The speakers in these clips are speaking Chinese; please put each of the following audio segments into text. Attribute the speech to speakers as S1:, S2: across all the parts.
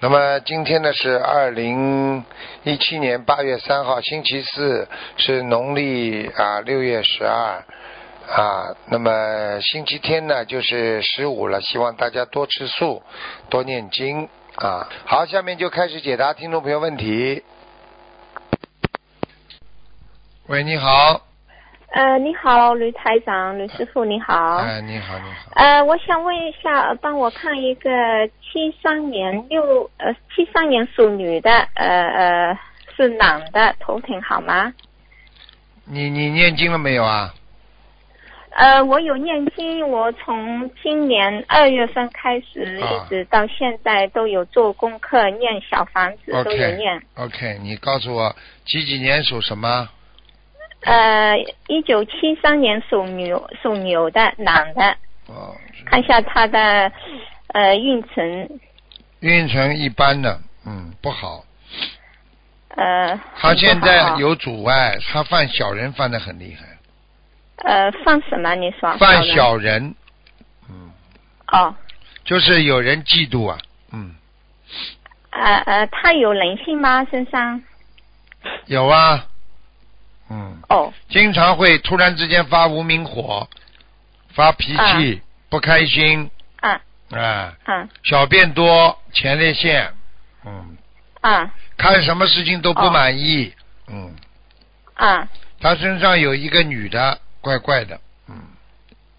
S1: 那么今天呢是二零一七年八月三号，星期四，是农历啊六月十二啊。那么星期天呢就是十五了，希望大家多吃素，多念经啊。好，下面就开始解答听众朋友问题。喂，你好。
S2: 呃，你好，吕台长，吕师傅，你好。
S1: 哎，你好，你好。
S2: 呃，我想问一下，呃帮我看一个七三年六呃七三年属女的呃呃是男的头挺好吗？
S1: 你你念经了没有啊？
S2: 呃，我有念经，我从今年二月份开始、
S1: 啊
S2: 一直到现在都有做功课，念小房子
S1: OK
S2: 都有念。
S1: OK，你告诉我几几年属什么？
S2: 呃，一九七三年属牛属牛的男的，
S1: 哦，是
S2: 看一下他的呃运程
S1: 运程一般的，嗯，不好。
S2: 呃。
S1: 他现
S2: 好不
S1: 在
S2: 好
S1: 有阻碍，他犯小人犯的很厉害，
S2: 呃，放什么？你说
S1: 犯
S2: 人
S1: 小人，嗯，
S2: 哦，
S1: 就是有人嫉妒啊，嗯，
S2: 呃呃，他有灵性吗？身上？
S1: 有啊，嗯，
S2: 哦
S1: 经常会突然之间发无名火，发脾气，不开心
S2: 啊
S1: 啊，
S2: 啊
S1: 小便多，前列腺，嗯，
S2: 啊
S1: 看什么事情都不
S2: 哦
S1: 满意，嗯，
S2: 啊！
S1: 他身上有一个女的，怪怪的，嗯，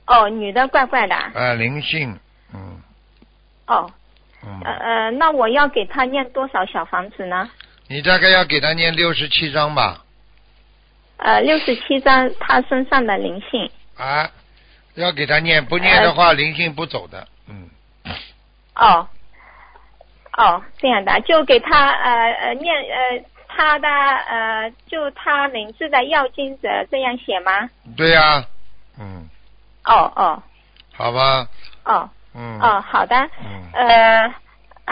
S2: 哦，女的怪怪的啊。
S1: 啊，灵性，嗯
S2: 哦，
S1: 嗯。
S2: 呃呃，那我要给他念多少小房子呢？
S1: 你大概要给他念六十七章吧，
S2: 呃，六十七张他身上的灵性。
S1: 啊，要给他念，不念的
S2: 哎
S1: 话灵性不走的，嗯，
S2: 哦哦，这样的，就给他呃呃念呃他的呃就他名字的要经者这样写吗？
S1: 对呀、嗯，
S2: 哦哦
S1: 好吧，
S2: 哦
S1: 嗯，
S2: 哦，好的。
S1: 嗯，
S2: 呃，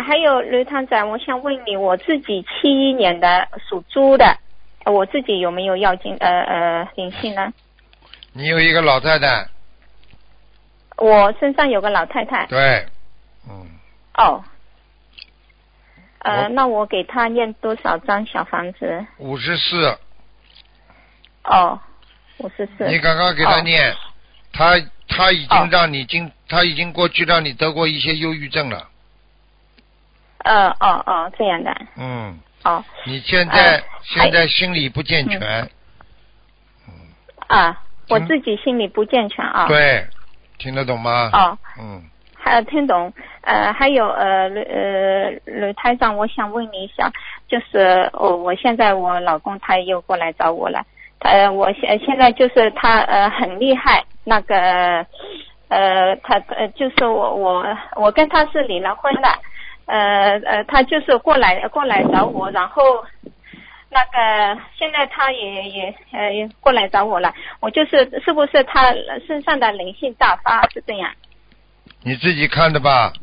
S2: 还有刘探长，我想问你，我自己七一年的属猪的，呃我自己有没有要经呃呃灵性呢？
S1: 你有一个老太太，
S2: 我身上有个老太太
S1: 对，嗯，
S2: 哦，
S1: 我
S2: 呃，那我给她念多少张小房子？
S1: 五十四，
S2: 哦，五十四。
S1: 你刚刚给他念，
S2: 啊
S1: 他他已经
S2: 哦
S1: 让你经，他已经过去让你得过一些忧郁症了，
S2: 呃哦哦，这样的
S1: 嗯，
S2: 哦
S1: 你现在、
S2: 呃
S1: 现在心理不健全，
S2: 嗯啊，我
S1: 嗯
S2: 自己心里不健全啊。。
S1: 对，听得懂吗？
S2: 哦，
S1: 嗯，
S2: 还有听懂，呃，还有呃吕呃吕台长，我想问你一下，就是我、我现在我老公他又过来找我了，他呃我现现在就是他呃很厉害，那个呃他呃就是我我我跟他是离了婚的，呃呃他就是过来过来找我，然后。那个现在他也也呃也过来找我了，我就是是不是他身上的灵性大发是这样？
S1: 你自己看的吧。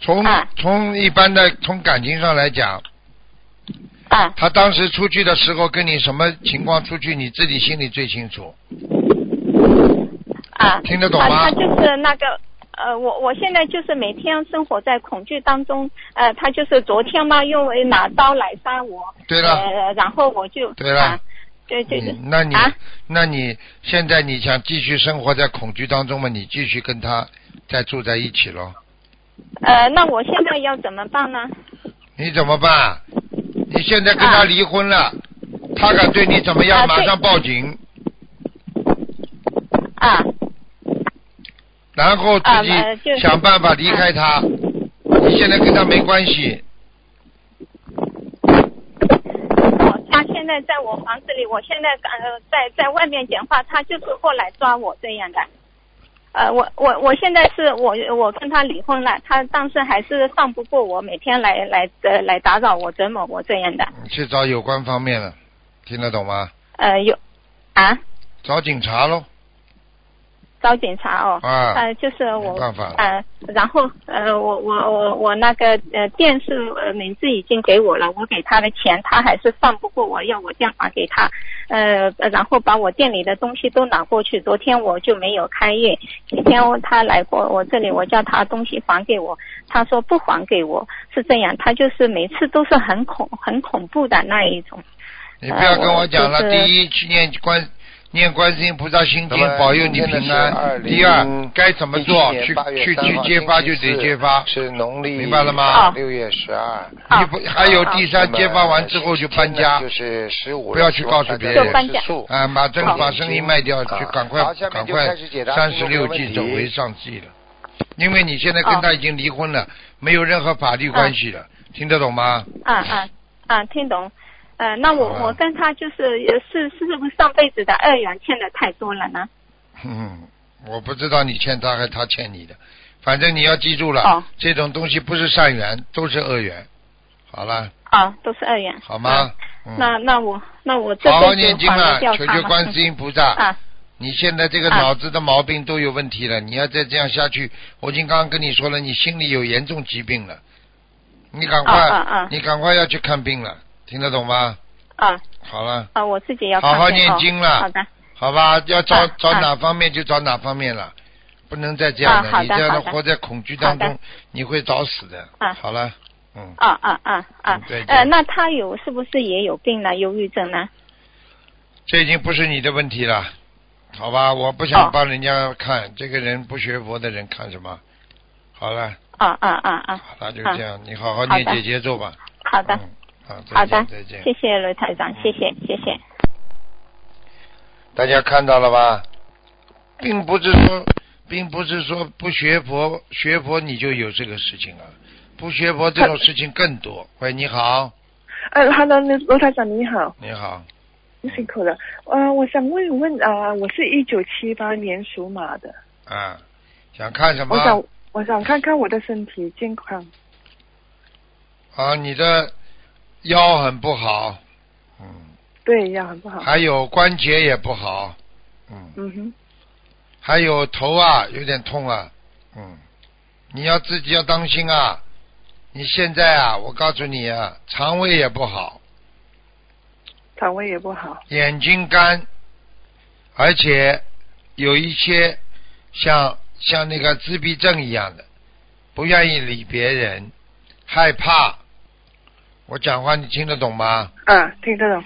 S1: 从、
S2: 啊
S1: 从一般的从感情上来讲，
S2: 啊，
S1: 他当时出去的时候跟你什么情况出去，你自己心里最清楚。
S2: 啊，
S1: 听得懂吗
S2: 啊他就是那个。呃，我我现在就是每天生活在恐惧当中。呃，他就是昨天嘛，用拿刀来杀我。
S1: 对了
S2: 呃，然后我就
S1: 对了
S2: 啊、对对对
S1: 你。嗯那你、
S2: 啊
S1: 那你现在你想继续生活在恐惧当中吗？你继续跟他再住在一起咯。
S2: 呃，那我现在要怎么办呢？
S1: 你怎么办？你现在跟他
S2: 啊
S1: 离婚了，他敢对你怎么样？
S2: 啊对
S1: 马上报警，
S2: 啊
S1: 然后自
S2: 啊呃就啊
S1: 己
S2: 是
S1: 想办法离开他。你现在跟他没关系，
S2: 我他现在在我房子里，我现在呃在在外面讲话，他就是过来抓我这样的。呃，我我我现在是我我跟他离婚了，他但是还是放不过我，每天来来呃来打扰我、折磨我这样的。
S1: 你去找有关方面了，听得懂吗？
S2: 呃，有啊
S1: 找警察喽。
S2: 找警察哦。
S3: 啊
S2: 呃，就是我
S3: 没办法
S2: 呃，然后呃，我我我我那个呃店是呃名字已经给我了，我给他的钱他还是放不过我，要我电话给他，呃，然后把我店里的东西都拿过去。昨天我就没有开业，今天他来过我这里，我叫他东西还给我，他说不还给我，是这样，他就是每次都是很恐很恐怖的那一种。
S1: 你不要跟我讲了，
S2: 呃我就是
S1: 第一去念观念观世音菩萨心经
S3: 那么，
S1: 保佑你
S3: 今天
S1: 平
S3: 呢是
S1: 安。
S3: 20
S1: 第二，该怎么做？
S3: 17年
S1: 去
S3: 8月
S1: 去
S3: 3
S1: 去
S3: 号
S1: 揭发就
S3: 星期
S1: 得
S3: 四
S1: 揭发。
S3: 是农历
S1: 明白了吗
S2: 哦
S3: 六月十二。
S2: 啊
S1: 你不还有第
S3: 那
S1: 三
S3: 么
S1: 揭发完之后就搬家
S3: 星期天呢就，是十五，
S1: 不要去告诉别人
S2: 就搬家
S3: 吃素
S1: 啊，把这
S3: 好
S1: 把生意卖掉，
S3: 啊
S1: 去赶快
S3: 好下面
S1: 赶
S3: 就
S1: 快
S3: 开始解答
S1: 三
S3: 听
S1: 十
S3: 众
S1: 六
S3: 朋
S1: 计
S3: 友问
S1: 走
S3: 题
S1: 为上计了，因为你现在跟
S2: 哦
S1: 他已经离婚了，没有任何法律关系了，听得懂吗？
S2: 啊啊啊，听懂。呃，那我
S1: 好啊吧
S2: 我跟他就是呃是是不是上辈子的二元欠的太多了呢？
S1: 嗯，我不知道你欠他还是他欠你的，反正你要记住了，
S2: 哦
S1: 这种东西不是善缘，都是恶缘。好了，
S2: 啊，都是二元。
S1: 好吗
S2: 啊？
S1: 嗯、
S2: 那那我那我这
S1: 好好
S2: 辈
S1: 念
S2: 子
S1: 经
S2: 还
S1: 啊，
S2: 得掉
S1: 求
S2: 他
S1: 求
S2: 吗？
S1: 观世音菩萨。
S2: 啊
S1: 你现在这个
S2: 啊
S1: 脑子的毛病都有问题了，你要再这样下去，我已经刚刚跟你说了，你心里有严重疾病了，你赶快，
S2: 啊啊啊
S1: 你赶快要去看病了，听得懂吗？
S2: 啊
S1: 好了，
S2: 啊！我自己要
S1: 好好
S2: 看病
S1: 念
S2: 哦
S1: 经了
S2: 好的，
S1: 好吧，要找、
S2: 啊
S1: 找
S2: 啊
S1: 哪方面就找哪方面了，不能再这样了，
S2: 啊好的
S1: 你这样
S2: 好的
S1: 活在恐惧当
S2: 好
S1: 中，你会早死的。
S2: 啊
S1: 好了，嗯，
S2: 啊啊啊啊
S1: 嗯对！对
S2: 呃，那他有是不是也有病呢？忧郁症呢？
S1: 这已经不是你的问题了，好吧，我不想
S2: 哦
S1: 帮人家看，这个人不学佛的人看什么？好了。
S2: 啊啊啊啊！
S1: 好了，就这样，你好好念姐姐咒吧。
S2: 好的，
S1: 嗯，好，再
S2: 好的
S1: 见，再，见。
S2: 谢谢卢台长，谢谢谢谢。
S1: 大家看到了吧？并不是说，并不是说不学佛，学佛你就有这个事情啊。不学佛这种事情更多。喂，你好，
S4: 哎，Hello，那罗台长你好，
S1: 你好，
S4: 辛苦了。呃，我想问一问啊、我是一九七八年属马的，
S1: 啊，想看什
S4: 我想
S1: 么？
S4: 我想看看我的身体健康。
S1: 啊，你的腰很不好，嗯，
S4: 对呀，很不
S2: 哦
S4: 好。
S1: 还有关节也不好，嗯，
S4: 嗯哼，
S1: 还有头啊有点痛啊，嗯，你要自己要当心啊！你现在啊，我告诉你啊，肠胃也不好，
S4: 肠胃也不好。
S1: 眼睛干，而且有一些像像那个自闭症一样的，不愿意理别人，害怕。我讲话你听得懂吗？
S4: 啊，听得懂。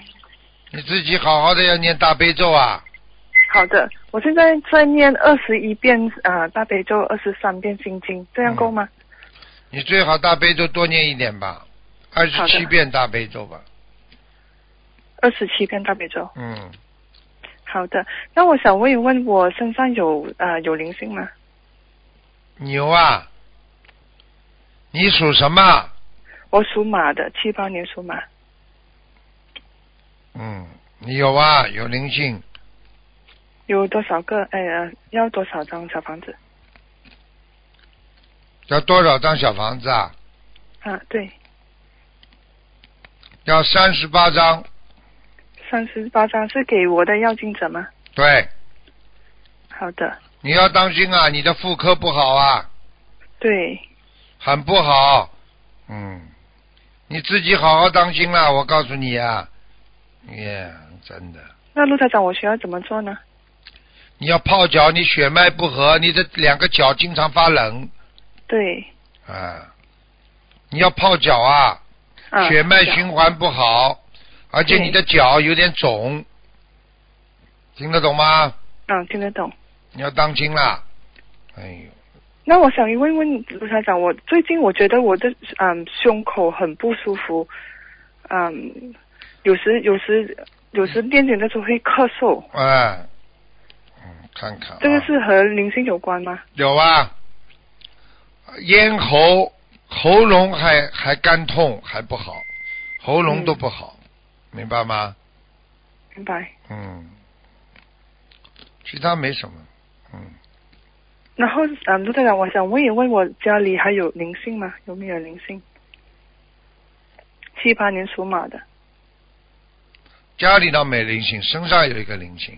S1: 你自己好好的要念大悲咒啊！
S4: 好的，我现在在念二十一遍啊、呃大悲咒，二十三遍心经，这样够
S1: 嗯
S4: 吗？
S1: 你最好大悲咒多念一点吧，二十
S4: 好
S1: 七
S4: 的
S1: 遍大悲咒吧。
S4: 二十七遍大悲咒。
S1: 嗯，
S4: 好的，那我想问一问，我身上有呃有灵性吗？
S1: 牛啊！你属什么？
S4: 我属马的，七八年属马。
S1: 嗯，你有啊，有灵性，
S4: 有多少个？哎呃，要多少张小房子？
S1: 要多少张小房子啊？
S4: 啊，对。
S1: 要三十八张，
S4: 三十八张是给我的要经者吗？
S1: 对，
S4: 好的，
S1: 你要当心啊，你的妇科不好啊，
S4: 对，
S1: 很不好，嗯，你自己好好当心啦，我告诉你啊，耶、真的，
S4: 那陆台长，我需要怎么做呢？
S1: 你要泡脚，你血脉不和，你的两个脚经常发冷
S4: 对，
S1: 啊，你要泡脚啊，
S4: 啊，
S1: 血脉
S4: 是的
S1: 循环不好，而且你的脚有点肿，听得懂吗？
S4: 啊，听得懂。
S1: 你要当心啦！哎呦，
S4: 那我想问问陆台长，我最近我觉得我的嗯胸口很不舒服，嗯，有时有时有时练紧的时候会咳嗽，
S1: 哎，嗯，看看、啊，
S4: 这个是和灵性有关吗？
S1: 有啊，咽喉、喉咙还还干痛，还不好，喉咙都不好，明白吗？
S4: 明白。
S1: 嗯，其他没什么，嗯，
S4: 然后嗯，陆台长，我想问一问，我家里还有灵性吗？有没有灵性？七八年属马的，
S1: 家里倒没灵性，身上有一个灵性，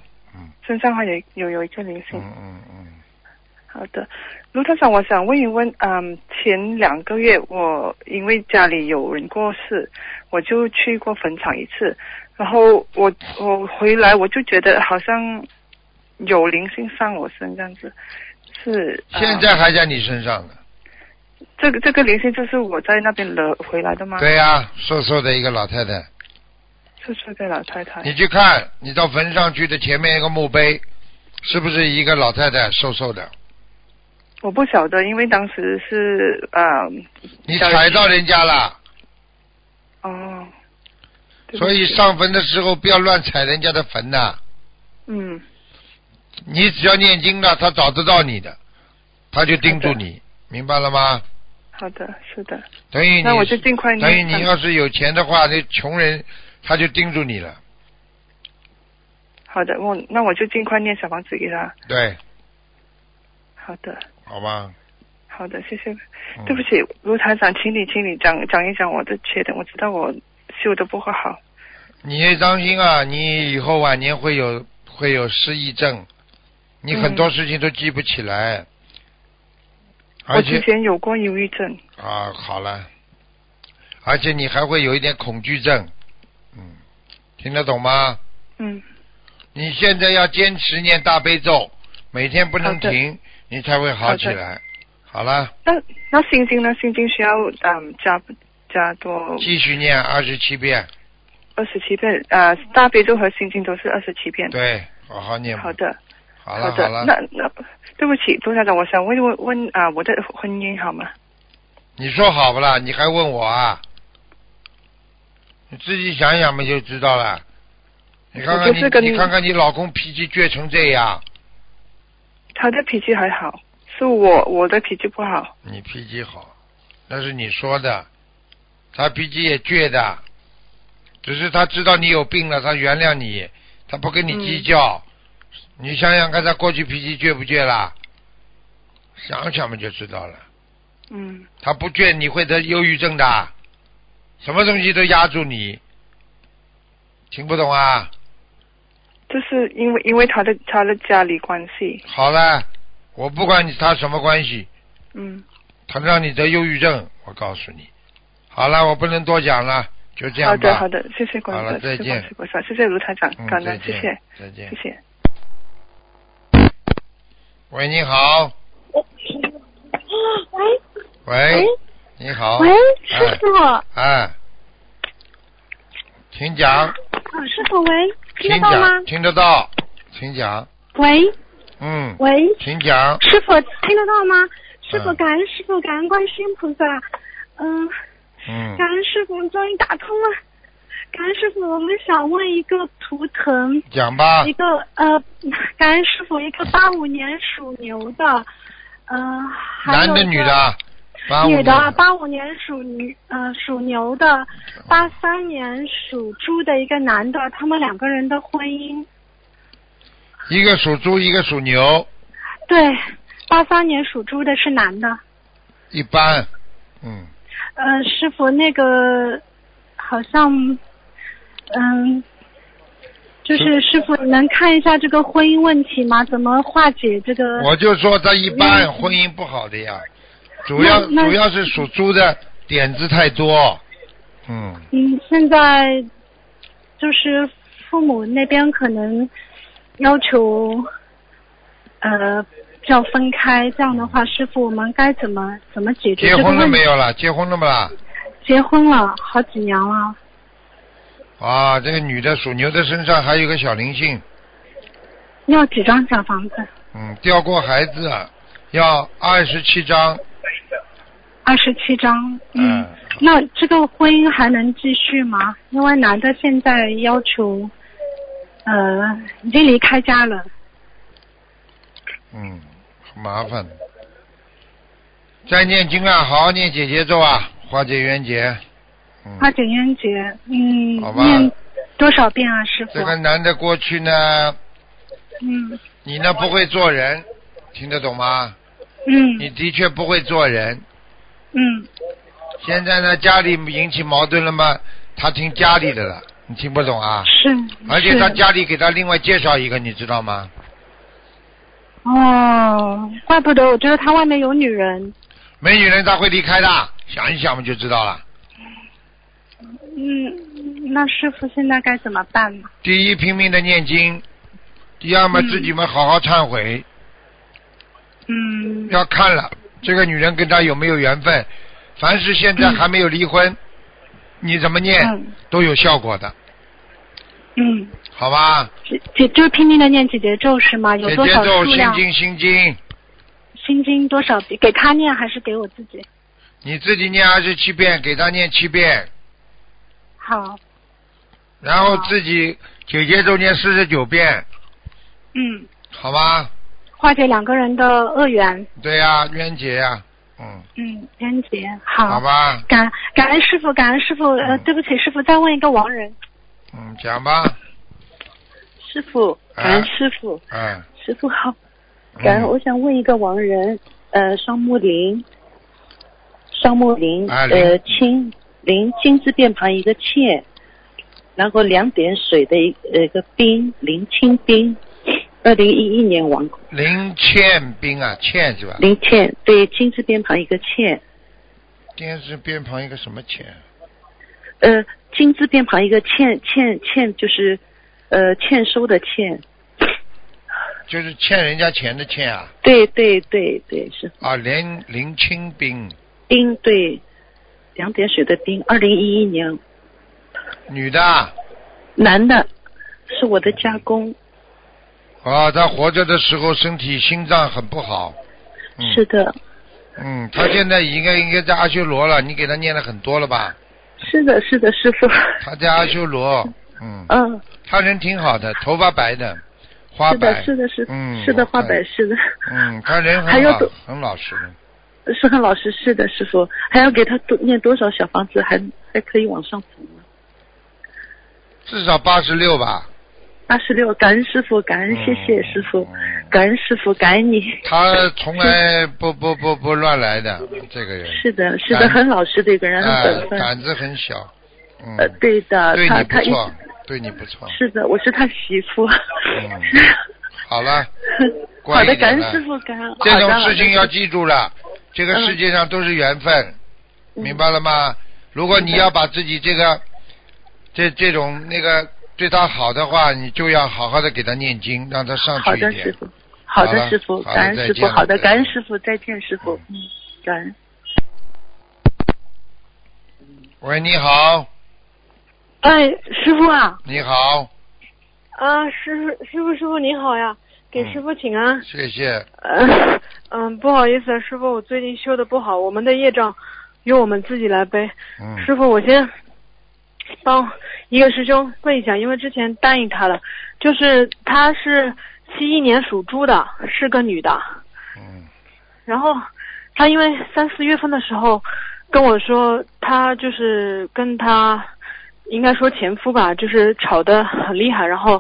S4: 身上还有有有一个灵性。
S1: 嗯嗯嗯，
S4: 好的，卢台长，我想问一问，嗯，前两个月我因为家里有人过世，我就去过坟场一次，然后我我回来我就觉得好像有灵性上我身这样子，是、呃
S1: 现在还在你身上呢。
S4: 这个这个灵性就是我在那边惹回来的吗？，
S1: 对呀、瘦瘦的一个老太太，
S4: 就是个老太太。
S1: 你去看，你到坟上去的前面一个墓碑，是不是一个老太太瘦瘦的？
S4: 我不晓得，因为当时是呃，
S1: 你踩到人家了，
S4: 哦，对不起
S1: 所以上坟的时候不要乱踩人家的坟呐、
S4: 嗯，
S1: 你只要念经了，他找得到你的，他就盯住你，明白了吗？
S4: 好的，是的，
S1: 等于你
S4: 那我就尽快念
S1: 等于你
S4: 上
S1: 要是有钱的话，那穷人他就盯住你了，
S4: 好的，我那我就尽快念小房子给他。
S1: 对，
S4: 好的，
S1: 好吗？
S4: 好的，谢谢。
S1: 嗯
S4: 对不起，卢台长，请你，请你讲讲一讲我的缺点，我知道我修的不够好。
S1: 你也当心啊，你以后晚年会有会有失忆症，你很多事情都记不起来，
S4: 嗯我
S1: 而
S4: 之
S1: 且
S4: 前有过忧郁症，
S1: 啊，好了，而且你还会有一点恐惧症，嗯，听得懂吗？
S4: 嗯，
S1: 你现在要坚持念大悲咒，每天不能
S4: 好的
S1: 停，你才会好起来。好了，
S4: 那那心经呢？心经需要嗯加加多
S1: 继续念二十七遍，
S4: 二十七遍，呃，大悲咒和心经都是二十七遍。
S1: 对，好好念吧。
S4: 好的，
S1: 好
S4: 好
S1: 了
S4: 的
S1: 好。了，
S4: 那那对不起，卢台长，我想问问问啊、我的婚姻好吗？
S1: 你说好不啦？你还问我啊？你自己想想嘛，就知道了。你看看
S4: 我
S1: 你
S4: 就是，跟
S1: 你看看你老公脾气倔成这样，
S4: 他的脾气还好，是我我的脾气不好。
S1: 你脾气好，那是你说的，他脾气也倔的，只是他知道你有病了，他原谅你，他不跟你计较。
S4: 嗯
S1: 你想想看，他过去脾气倔不倔啦？想想嘛就知道了。
S4: 嗯，
S1: 他不倔，你会得忧郁症的，什么东西都压住你，听不懂啊？
S4: 就是因为因为他的他的家里关系，
S1: 好了，我不管你他什么关系，
S4: 嗯，
S1: 他让你得忧郁症，我告诉你。好了，我不能多讲了，就这样
S4: 好的
S1: 吧
S4: 好。的，谢谢关
S1: 好了
S4: 哥，
S1: 再
S4: 谢谢
S1: 见
S4: 关师傅谢谢卢台长，
S1: 嗯，
S4: 感
S1: 再
S4: 恩，谢
S1: 见
S4: 谢，
S1: 再
S4: 谢
S1: 见。
S4: 谢。
S1: 喂，你好，
S5: 喂
S1: 喂，你好，
S5: 喂，
S1: 哎
S5: 师傅，啊
S1: 哎，请讲，
S5: 啊师傅喂，
S1: 请
S5: 听得到吗
S1: 讲，？听得到，请讲，
S5: 喂
S1: 嗯，
S5: 喂，
S1: 请讲，
S5: 师傅听得到吗？师傅
S1: 嗯
S5: 感恩师傅感恩观世音菩萨，嗯，
S1: 嗯
S5: 感，恩师傅终于打通了，感恩师傅，我们想问一个图腾，
S1: 讲吧
S5: 一，个呃，感恩师傅一个八五年属牛的，嗯、还
S1: 男
S5: 有
S1: 的
S5: 一个
S1: 女的啊，八五
S5: 女的，啊
S1: 年
S5: 八五年属女，呃，属牛的，八三年属猪的一个男的，他们两个人的婚姻，
S1: 一个属猪，一个属牛，
S5: 对，八三年属猪的是男的，
S1: 一般，嗯，
S5: 呃，师傅那个好像，嗯，就是师傅能看一下这个婚姻问题吗？怎么化解这个？
S1: 我就说他一般婚姻不好的呀，主要
S5: 那那
S1: 主要是属猪的点子太多，嗯，
S5: 嗯，现在就是父母那边可能要求，呃，要分开。这样的话，师傅，我们该怎么怎么解决
S1: 结
S5: 这个
S1: 婚了
S5: 问
S1: 没
S5: 题？
S1: 有啦？结婚了没啦？
S5: 结婚了好几年了，
S1: 啊，这个女的属牛的身上还有个小灵性，
S5: 要几张小房子？
S1: 嗯，掉过孩子啊，要二十七张，
S5: 二十七张。嗯
S1: 嗯，
S5: 那这个婚姻还能继续吗？因为男的现在要求，呃，已经离开家了。
S1: 嗯，很麻烦的。再念经啊，好好念姐姐咒啊，化解冤结。嗯，
S5: 花简冤结，嗯
S1: 好，吧
S5: 念多少遍啊，师傅？
S1: 这个男的过去呢，
S5: 嗯
S1: 你呢不会做人，听得懂吗？
S5: 嗯
S1: 你的确不会做人。
S5: 嗯，
S1: 现在呢，家里引起矛盾了嘛，他听家里的了，你听不懂啊？
S5: 是，
S1: 而且
S5: 是
S1: 他家里给他另外介绍一个，你知道吗？
S5: 哦，怪不得我觉得他外面有女人。
S1: 没女人他会离开的，想一想嘛就知道了。
S5: 嗯，那师傅现在该怎么办呢？
S1: 第一，拼命的念经；第二嘛，
S5: 嗯
S1: 自己嘛好好忏悔，
S5: 嗯
S1: 要看了这个女人跟他有没有缘分。凡是现在还没有离婚，你怎么念、
S5: 嗯
S1: 都有效果的，
S5: 嗯，
S1: 好吧？
S5: 姐姐就是拼命的念姐姐咒是吗？有
S1: 姐
S5: 多
S1: 姐
S5: 少
S1: 咒、
S5: 数
S1: 心
S5: 量？
S1: 经、心经，
S5: 心经多少遍？给他念还是给我自己？
S1: 你自己念二十七遍，给他念七遍，
S5: 好，
S1: 然后
S5: 好
S6: 啊
S1: 自己姐姐咒念四十九遍，
S5: 嗯，
S1: 好吧？
S5: 化解两个人的恶缘，
S1: 对呀、冤结呀、嗯，
S5: 嗯，冤结。
S6: 啊
S1: 好吧，
S5: 感感恩师傅，感恩师傅。呃，
S1: 嗯
S5: 对不起，师傅，再问一个亡人。
S1: 嗯，讲吧，
S6: 师傅，
S1: 啊
S6: 感恩师傅，
S1: 嗯，
S6: 师傅好，
S1: 嗯
S6: 感恩。我想问一个亡人，呃，双木林，双木林，
S1: 啊林
S6: 呃，青林金字变旁一个切，然后两点水的一呃一个冰，林清冰，二零一一年亡，
S1: 林倩冰啊，倩是吧？
S6: 林倩对金字边旁一个切，
S1: 电视边旁一个什么倩？
S6: 呃，金字边旁一个欠欠欠就是，呃，欠收的欠，
S1: 就是欠人家钱的欠啊。
S6: 对对对对是
S1: 啊，林林清冰，
S6: 冰对，两点水的冰，二零一一年
S1: 女的啊。
S6: 男的，是我的家公，
S1: 啊，她活着的时候身体心脏很不好。嗯、
S6: 是。的，
S1: 嗯，她现在应该应该在阿修罗了，你给她念了很多了吧？
S6: 是的，是的，师傅，
S1: 她在阿修罗，嗯，
S6: 嗯，
S1: 她人挺好的，头发白的，花
S6: 是
S1: 白。
S6: 的，是的，是
S1: 嗯，
S6: 是的，
S1: 我看
S6: 花白，。是的，
S1: 嗯，她人
S6: 还
S1: 很
S6: 有
S1: 老
S6: 朵，
S1: 很老实的。
S6: 是很老师，是的， 师傅，还要给他多念多少小房子，还还可以往上走呢？
S1: 至少八十六吧。
S6: 八十六，感恩师傅，感恩
S1: 嗯
S6: 谢谢师傅
S1: 嗯，
S6: 感恩师傅，感恩你。
S1: 她从来不不不不乱来的，这个人。
S6: 是的，是的，
S1: 感
S6: 很老实的一个人，很
S1: 哎，
S6: 本分。
S1: 胆子很小，嗯，
S6: 呃，对的，
S1: 对
S6: 他
S1: 你
S6: 他
S1: 不
S6: 一
S1: 错
S6: 直，
S1: 对你不错。
S6: 是的，我是他媳妇。
S1: 嗯好了，乖
S6: 好
S1: 一点
S6: 的，
S1: 了
S6: 感恩师傅，感恩。
S1: 这种
S6: 好的
S1: 事情要
S6: 好的
S1: 记住了，这个世界上都是缘分，
S6: 嗯
S1: 明白了吗？如果你要把自己这个这这种那个对他好的话，你就要好好的给他念经，让他上
S6: 好
S1: 去
S6: 的
S1: 一
S6: 师
S1: 点。
S6: 傅，好
S1: 好了
S6: 的师傅，
S1: 好的
S6: 感恩
S1: 再
S6: 师傅，
S1: 见
S6: 好的，
S1: 再见
S6: 感恩师傅，再见师傅，嗯，感恩。
S1: 喂，你好，
S4: 哎，师傅啊，
S1: 你好，
S4: 啊，师傅，师傅，师傅你好呀，给
S1: 嗯
S4: 师傅请安。
S1: 谢谢。
S4: 嗯、嗯，不好意思啊，师傅，我最近修的不好，我们的业障由我们自己来背。
S1: 嗯，
S4: 师傅，我先帮一个师兄问一下，因为之前答应他了，就是他是七一年属猪的，是个女的，
S1: 嗯
S4: 然后他因为三四月份的时候跟我说，他就是跟他应该说前夫吧，就是吵得很厉害，然后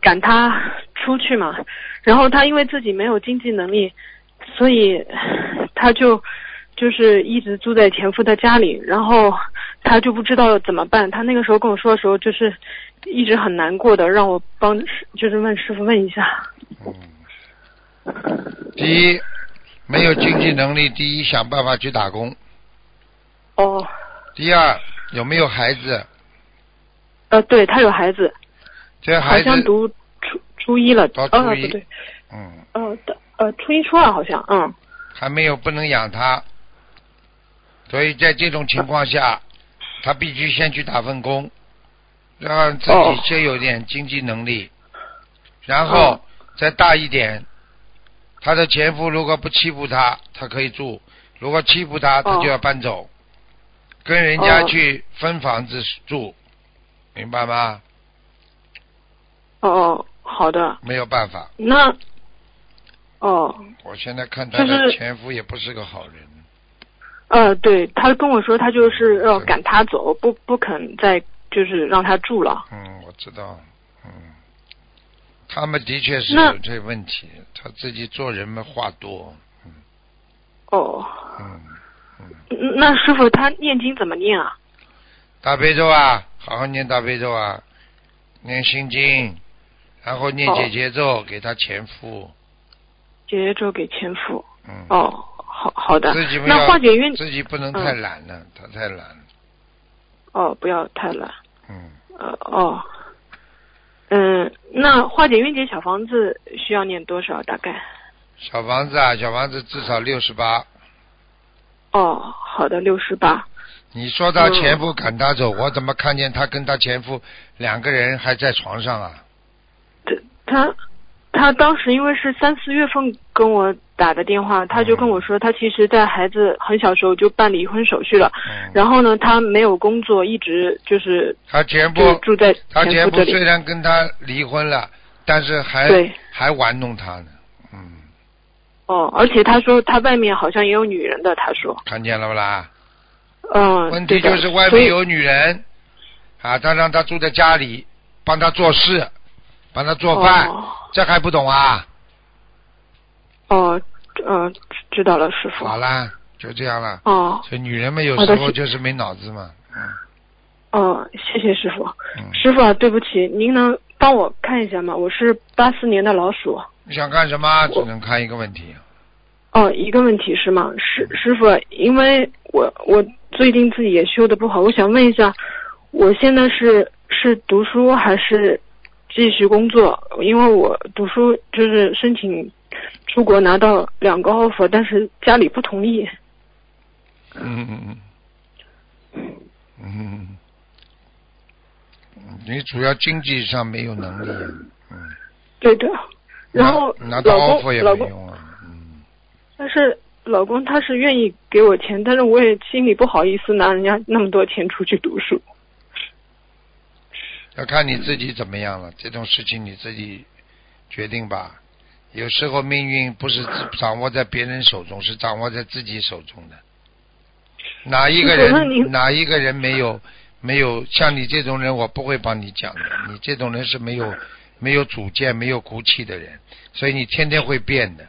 S4: 赶他出去嘛。然后他因为自己没有经济能力，所以他就就是一直住在前夫的家里，然后他就不知道怎么办。他那个时候跟我说的时候，就是一直很难过的，让我帮就是问师傅问一下。
S1: 第一，没有经济能力，第一想办法去打工；
S4: 哦，
S1: 第二，有没有孩子？
S4: 呃，对他有孩子，
S1: 这
S4: 好
S1: 孩子
S4: 像读初初一了，
S1: 到
S4: 呃
S1: 初一
S4: 不对，
S1: 嗯，
S4: 呃的呃初一初二好像，嗯，
S1: 还没有不能养他，所以在这种情况下，他必须先去打份工，让自
S4: 哦
S1: 己先有点经济能力，然
S4: 哦
S1: 后再大一点，他的前夫如果不欺负他，他可以住；如果欺负他，他
S4: 哦
S1: 就要搬走，跟人家
S4: 哦
S1: 去分房子住，明白吗？
S4: 哦好的，
S1: 没有办法，
S4: 那哦
S1: 我现在看他
S4: 就
S1: 的
S4: 是
S1: 前夫也不是个好人。
S4: 呃对他跟我说他就是要
S1: 对
S4: 赶他走，不不肯再就是让他住了，
S1: 嗯，我知道，嗯，他们的确是
S4: 那
S1: 有这问题，他自己做人嘛话多，
S4: 哦，
S1: 嗯，
S4: 嗯那师傅他念经怎么念啊？
S1: 大悲咒啊，好好念大悲咒啊，念心经，然后念
S4: 哦
S1: 姐姐咒给他前夫，
S7: 姐姐咒给前夫。
S1: 嗯，
S7: 哦，好好的
S1: 自己。不要
S7: 那化解冤
S1: 自己不能太懒了，他太懒了，
S7: 哦，不要太懒。
S1: 嗯，
S7: 呃哦，嗯，那化解冤结小房子需要念多少？大概？
S1: 小房子啊，小房子至少六十八。
S7: 哦，好的，六十八。
S1: 你说他
S7: 嗯
S1: 前夫赶他走，我怎么看见他跟他前夫两个人还在床上啊？
S7: 他他当时因为是三四月份跟我打的电话，他就跟我
S1: 嗯
S7: 说，他其实在孩子很小时候就办离婚手续了，
S1: 嗯，
S7: 然后呢，他没有工作，一直就是
S1: 他前
S7: 就
S1: 夫，
S7: 住在
S1: 他
S7: 前
S1: 前
S7: 夫
S1: 夫
S7: 这
S1: 虽
S7: 里。
S1: 然跟他离婚了，但是还
S7: 对，
S1: 还玩弄他呢。嗯，
S7: 哦，而且他说他外面好像也有女人的，他说，
S1: 看见了不啦？
S7: 嗯，
S1: 问题
S7: 对的
S1: 就是外
S7: 所
S1: 面
S7: 以
S1: 有女人，啊，他让他住在家里，帮他做事，帮他做饭，
S7: 哦
S1: 这还不懂啊？
S7: 哦，嗯、知知道了，师傅。
S1: 好啦，就这样了。
S7: 哦，
S1: 所以女人们有
S7: 好
S1: 时
S7: 的
S1: 候
S7: 是
S1: 就是没脑子嘛。
S7: 哦，谢谢师傅。
S1: 嗯，
S7: 师傅啊，对不起，您能帮我看一下吗？我是八四年的老鼠。啊
S1: 你想干什么？只
S7: 我
S1: 能看一个问题。
S7: 哦，一个问题是吗？师师傅，啊因为我我最近自己也修的不好，我想问一下，我现在是是读书还是继续工作？因为我读书就是申请出国拿到两个 offer，但是家里不同意。
S1: 嗯嗯嗯嗯，嗯，你主要经济上没有能力啊，嗯，
S7: 对的。然后
S1: 拿拿到
S7: 老
S1: offer
S7: 公
S1: 也
S7: 老
S1: 没
S7: 公，
S1: 用啊，嗯，
S7: 但是老公他是愿意给我钱，但是我也心里不好意思拿人家那么多钱出去读书。
S1: 要看你自己怎么样了，这种事情你自己决定吧。有时候命运不是掌握在别人手中，是掌握在自己手中的。哪一个
S7: 师傅那您
S1: 人哪一个人没有没有像你这种人，我不会帮你讲的。你这种人是没有没有主见、没有骨气的人，所以你天天会变的。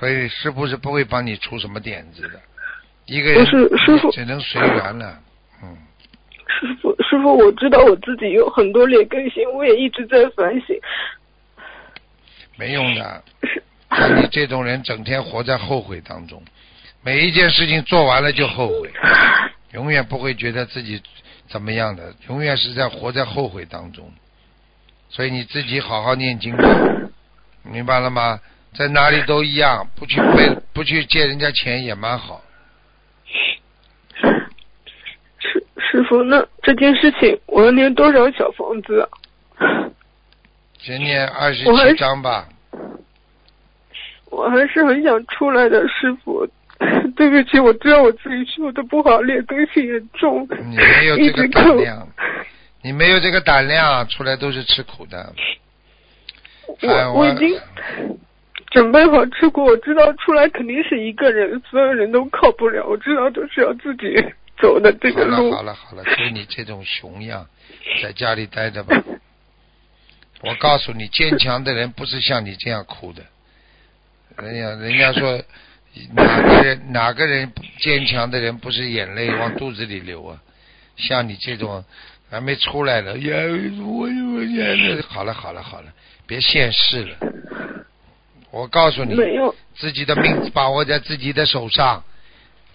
S1: 所以师傅是不会帮你出什么点子的。一个人
S7: 不是师傅
S1: 只能随缘了。嗯，
S7: 师傅，师傅，我知道我自己有很多劣根性，我也一直在反省。
S1: 没用的。
S7: 是
S1: 像你这种人，整天活在后悔当中，每一件事情做完了就后 悔，永远不会觉得自己怎么样的，永远是在活在后悔当中。所以你自己好好念经吧，明白了吗？在哪里都一样，不去背，不去借人家钱也蛮好。
S7: 师师傅，那这件事情我要念多少小房子啊？
S1: 先念二十
S7: 我还
S1: 七
S7: 是
S1: 章吧，
S7: 我还是很想出来的，师傅。 对不起，我知道我自己修的不好，劣根性很重，
S1: 你没有
S7: 一
S1: 这个
S7: 直跟
S1: 胆
S7: 我
S1: 量，你没有这个胆量，出来都是吃苦的。哎
S7: 我我已经准备好吃苦，我知道出来肯定是一个人，所有人都靠不了，我知道都是要自己走的这
S1: 好
S7: 个
S1: 了
S7: 路
S1: 好。了好了，就你这种熊样，在家里待着吧。我告诉你，坚强的人不是像你这样哭的。人家人家说，哪个人哪个人坚强的人不是眼泪往肚子里流啊？像你这种还没出来呢，也我我眼泪。好了好了好了，别现世了。我告诉你，啊
S7: 没有，
S1: 自己的命把握在自己的手上。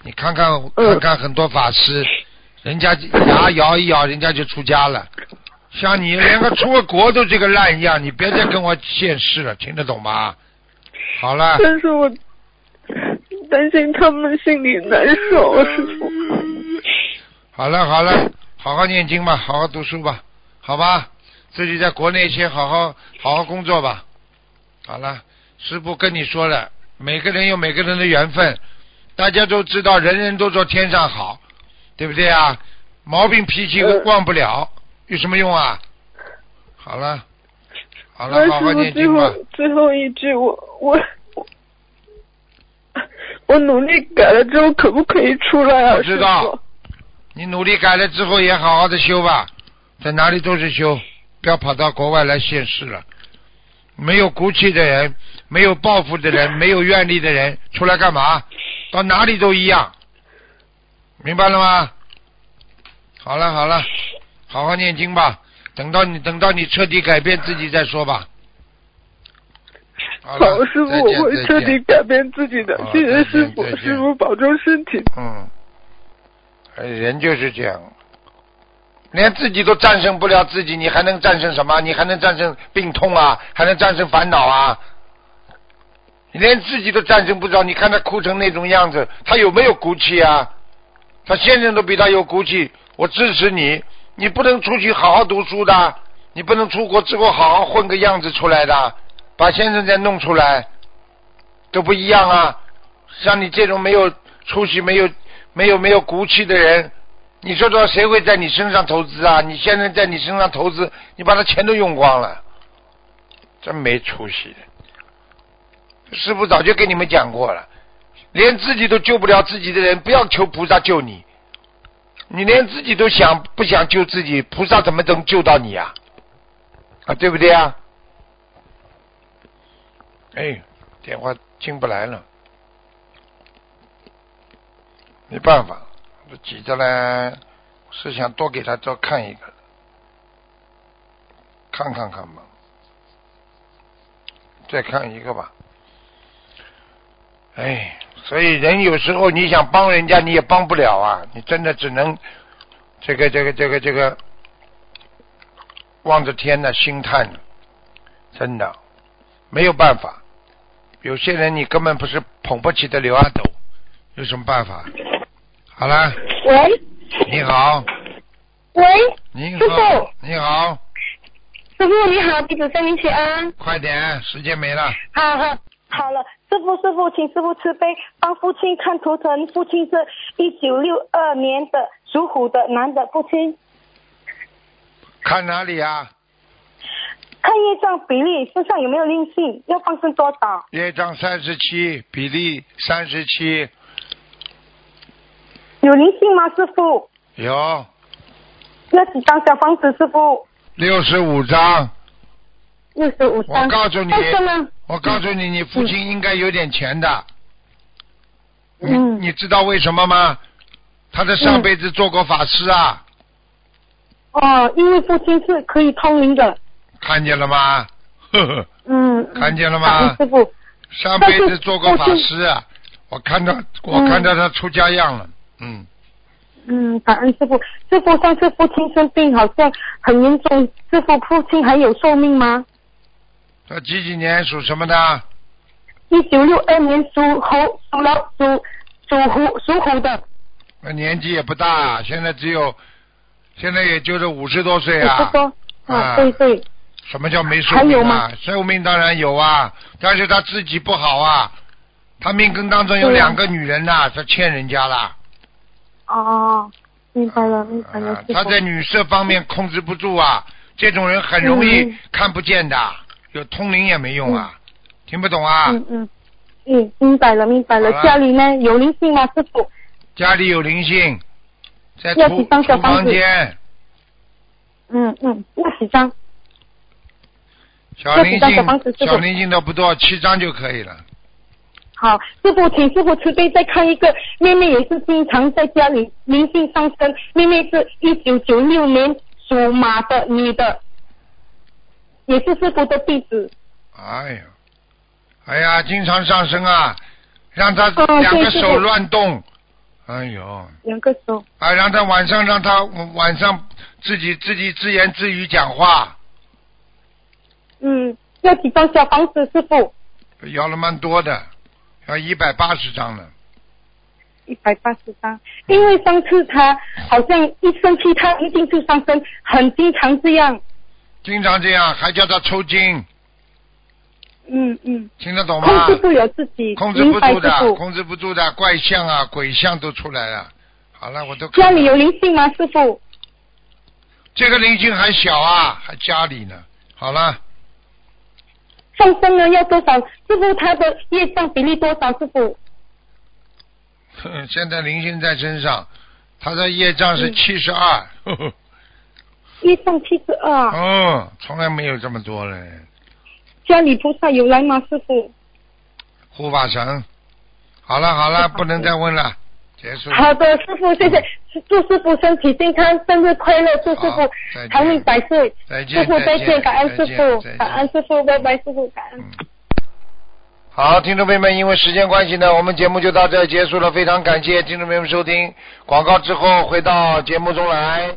S1: 你看看
S7: 嗯
S1: 看看很多法师，人家牙咬一咬，人家就出家了。像你连个出个国都这个烂样，你别再跟我现世了，听得懂吗？好了，
S7: 但是我担心他们心里难受，师傅。
S1: 好了，好了，好好念经吧，好好读书吧，好吧，自己在国内先好好好好工作吧。好了，师傅跟你说了，每个人有每个人的缘分，大家都知道，人人都说天上好，对不对啊？毛病脾气
S7: 嗯
S1: 忘不了，有什么用啊？好了，好了，好
S7: 那呃师
S1: 好
S7: 傅
S1: 念
S7: 最
S1: 经吧
S7: 后。最后一句，我我我我努力改了之后，可不可以出来啊？
S1: 我知道
S7: 师傅
S1: 你努力改了之后也好好的修吧，在哪里都是修，不要跑到国外来现世了。没有骨气的人，没有抱负的人，没有愿力的人，出来干嘛？到哪里都一样，明白了吗？好了好了，好好念经吧。等到你等到你彻底改变自己再说吧。好了
S8: 好，师傅，
S1: 再
S8: 我
S1: 见
S8: 会彻底
S1: 再见
S8: 改变自己的
S1: 好。
S8: 谢谢
S1: 再见
S8: 师傅
S1: 再，见
S8: 师傅保重身体。
S1: 嗯，哎人就是这样，连自己都战胜不了自己，你还能战胜什么？你还能战胜病痛啊？还能战胜烦恼啊？你连自己都战胜不着，你看他哭成那种样子，他有没有骨气啊？他先生都比他有骨气，我支持你。你不能出去好好读书的，你不能出国之后好好混个样子出来的，把先生再弄出来，都不一样啊！像你这种没有出息、没有、没有、没有骨气的人，你说说谁会在你身上投资啊？你现在在你身上投资，你把他钱都用光了，真没出息！师傅早就跟你们讲过了，连自己都救不了自己的人，不要求菩萨救你，你连自己都想不想救自己，菩萨怎么能救到你啊？啊，对不对啊？哎，电话进不来了。没办法，这挤着呢，是想多给他多看一个，看看看吧，再看一个吧。哎，所以人有时候你想帮人家，你也帮不了啊，你真的只能这个这个这个这个望着天呢、心叹呢，真的没有办法。有些人你根本不是捧不起的刘阿斗，有什么办法？好啦，
S9: 喂
S1: 你好，
S9: 喂，
S1: 你
S9: 师
S1: 好
S9: 傅，
S1: 你好，
S9: 师傅你好，弟子向您请安。
S1: 快点，时间没了。
S9: 好好好了，师傅师傅，请师傅慈悲，帮父亲看图腾。父亲是一九六二年的属虎的男的，父亲
S1: 看哪里啊？
S9: 看业障比例，身上有没有灵性，要放生多少？
S1: 业障三十七，比例三十七，
S9: 有灵性吗，师傅？
S1: 有
S9: 要几张小房子，师傅？
S1: 六十五张。
S9: 六十五
S1: 我
S9: 张。
S1: 告诉你
S9: 但是呢，
S1: 我告诉
S9: 嗯
S1: 你，你父亲应该有点钱的。你
S9: 嗯
S1: 你知道为什么吗？他在上辈子做过法师啊，
S9: 哦，因为父亲是可以通灵的，
S1: 看见了吗？呵呵，
S9: 嗯。
S1: 看见了
S9: 感
S1: 吗
S9: 恩？师傅，
S1: 上辈子做过法师啊，我看到我看到他出家样了，嗯，
S9: 嗯，感恩师傅。师傅上次父亲生病好像很严重，师傅父亲还有寿命吗？
S1: 他几几年属什么的？
S9: 一九六二年属猴、属老鼠、属虎、属虎的。
S1: 那年纪也不大，现在只有，现在也就是五十多岁
S9: 师
S1: 啊
S9: 傅。说，
S1: 啊
S9: 啊，对对，
S1: 什么叫没寿
S9: 还有
S1: 命
S9: 吗
S1: 啊？寿命当然有啊，但是他自己不好啊，他命根当中有
S9: 对啊
S1: 两个女人呐、他欠人家啦。
S9: 哦，明白了，明白了
S1: 啊，
S9: 嗯师
S1: 他在
S9: 傅。
S1: 女色方面控制不住啊，这种人很容易
S9: 嗯
S1: 看不见的，有通灵也没用啊，听不懂啊？
S9: 嗯嗯嗯，明白了，明白了
S1: 好。了
S9: 家里呢有灵性吗，师傅？
S1: 家里有灵性，在
S9: 要
S1: 厨
S9: 几张小
S1: 厨
S9: 房
S1: 房
S9: 子
S1: 间，
S9: 嗯嗯，要几张？
S1: 小
S9: 要
S1: 灵
S9: 几张小房子
S1: 性
S9: 师傅
S1: 小灵性都不多，七张就可以了。
S9: 好，师傅，请师傅慈悲再看一个妹妹，也是经常在家里灵性上升。妹妹是一九九六年属马的女的，也是师傅的弟子。
S1: 哎呀，哎呀，经常上升啊，让他
S9: 哦对
S1: 两个
S9: 对
S1: 手
S9: 对
S1: 乱动，哎呦，
S9: 两个手，
S1: 啊，让他晚上让他晚上自己自己自言自语讲话，
S9: 嗯，要几张小房子，师傅？
S1: 要了蛮多的，要一百八十张呢。
S9: 一百八十张，因为上次她好像一生气，她一定就上升，很经常这样。
S1: 经常这样，还叫他抽筋，
S9: 嗯嗯，
S1: 听得懂
S9: 控
S1: 吗
S9: 制？不了自己，
S1: 控制
S9: 明
S1: 不
S9: 白
S1: 住
S9: 师
S1: 的，
S9: 傅。
S1: 控制不住的，怪相啊、鬼相都出来了。好了，我都看
S9: 家
S1: 了
S9: 里有灵性吗，师傅？
S1: 这个灵性还小啊，还家里呢。好了，
S9: 放生呢要多少？师傅他的业障比例多少？师傅？
S1: 哼 现在灵性在身上，他的业障
S9: 嗯
S1: 是七十二，
S9: 业障七十二，
S1: 哦，从来没有这么多嘞。
S9: 家里菩萨有来吗？师傅？
S1: 护法神，好了好 了，不能再问了，结束。
S9: 好的，师傅，谢谢。祝师傅身体健康，生日快乐！祝师
S1: 好
S9: 傅
S1: 再见
S9: 长命百岁。
S1: 再见
S9: 师傅再
S1: 再见
S9: 见，感恩师
S1: 再见再
S9: 傅
S1: 见，
S9: 感恩师傅，拜拜，师傅感恩。
S1: 嗯好，听众朋友们，因为时间关系呢，我们节目就到这儿结束了。非常感谢听众朋友们收听，广告之后回到节目中来。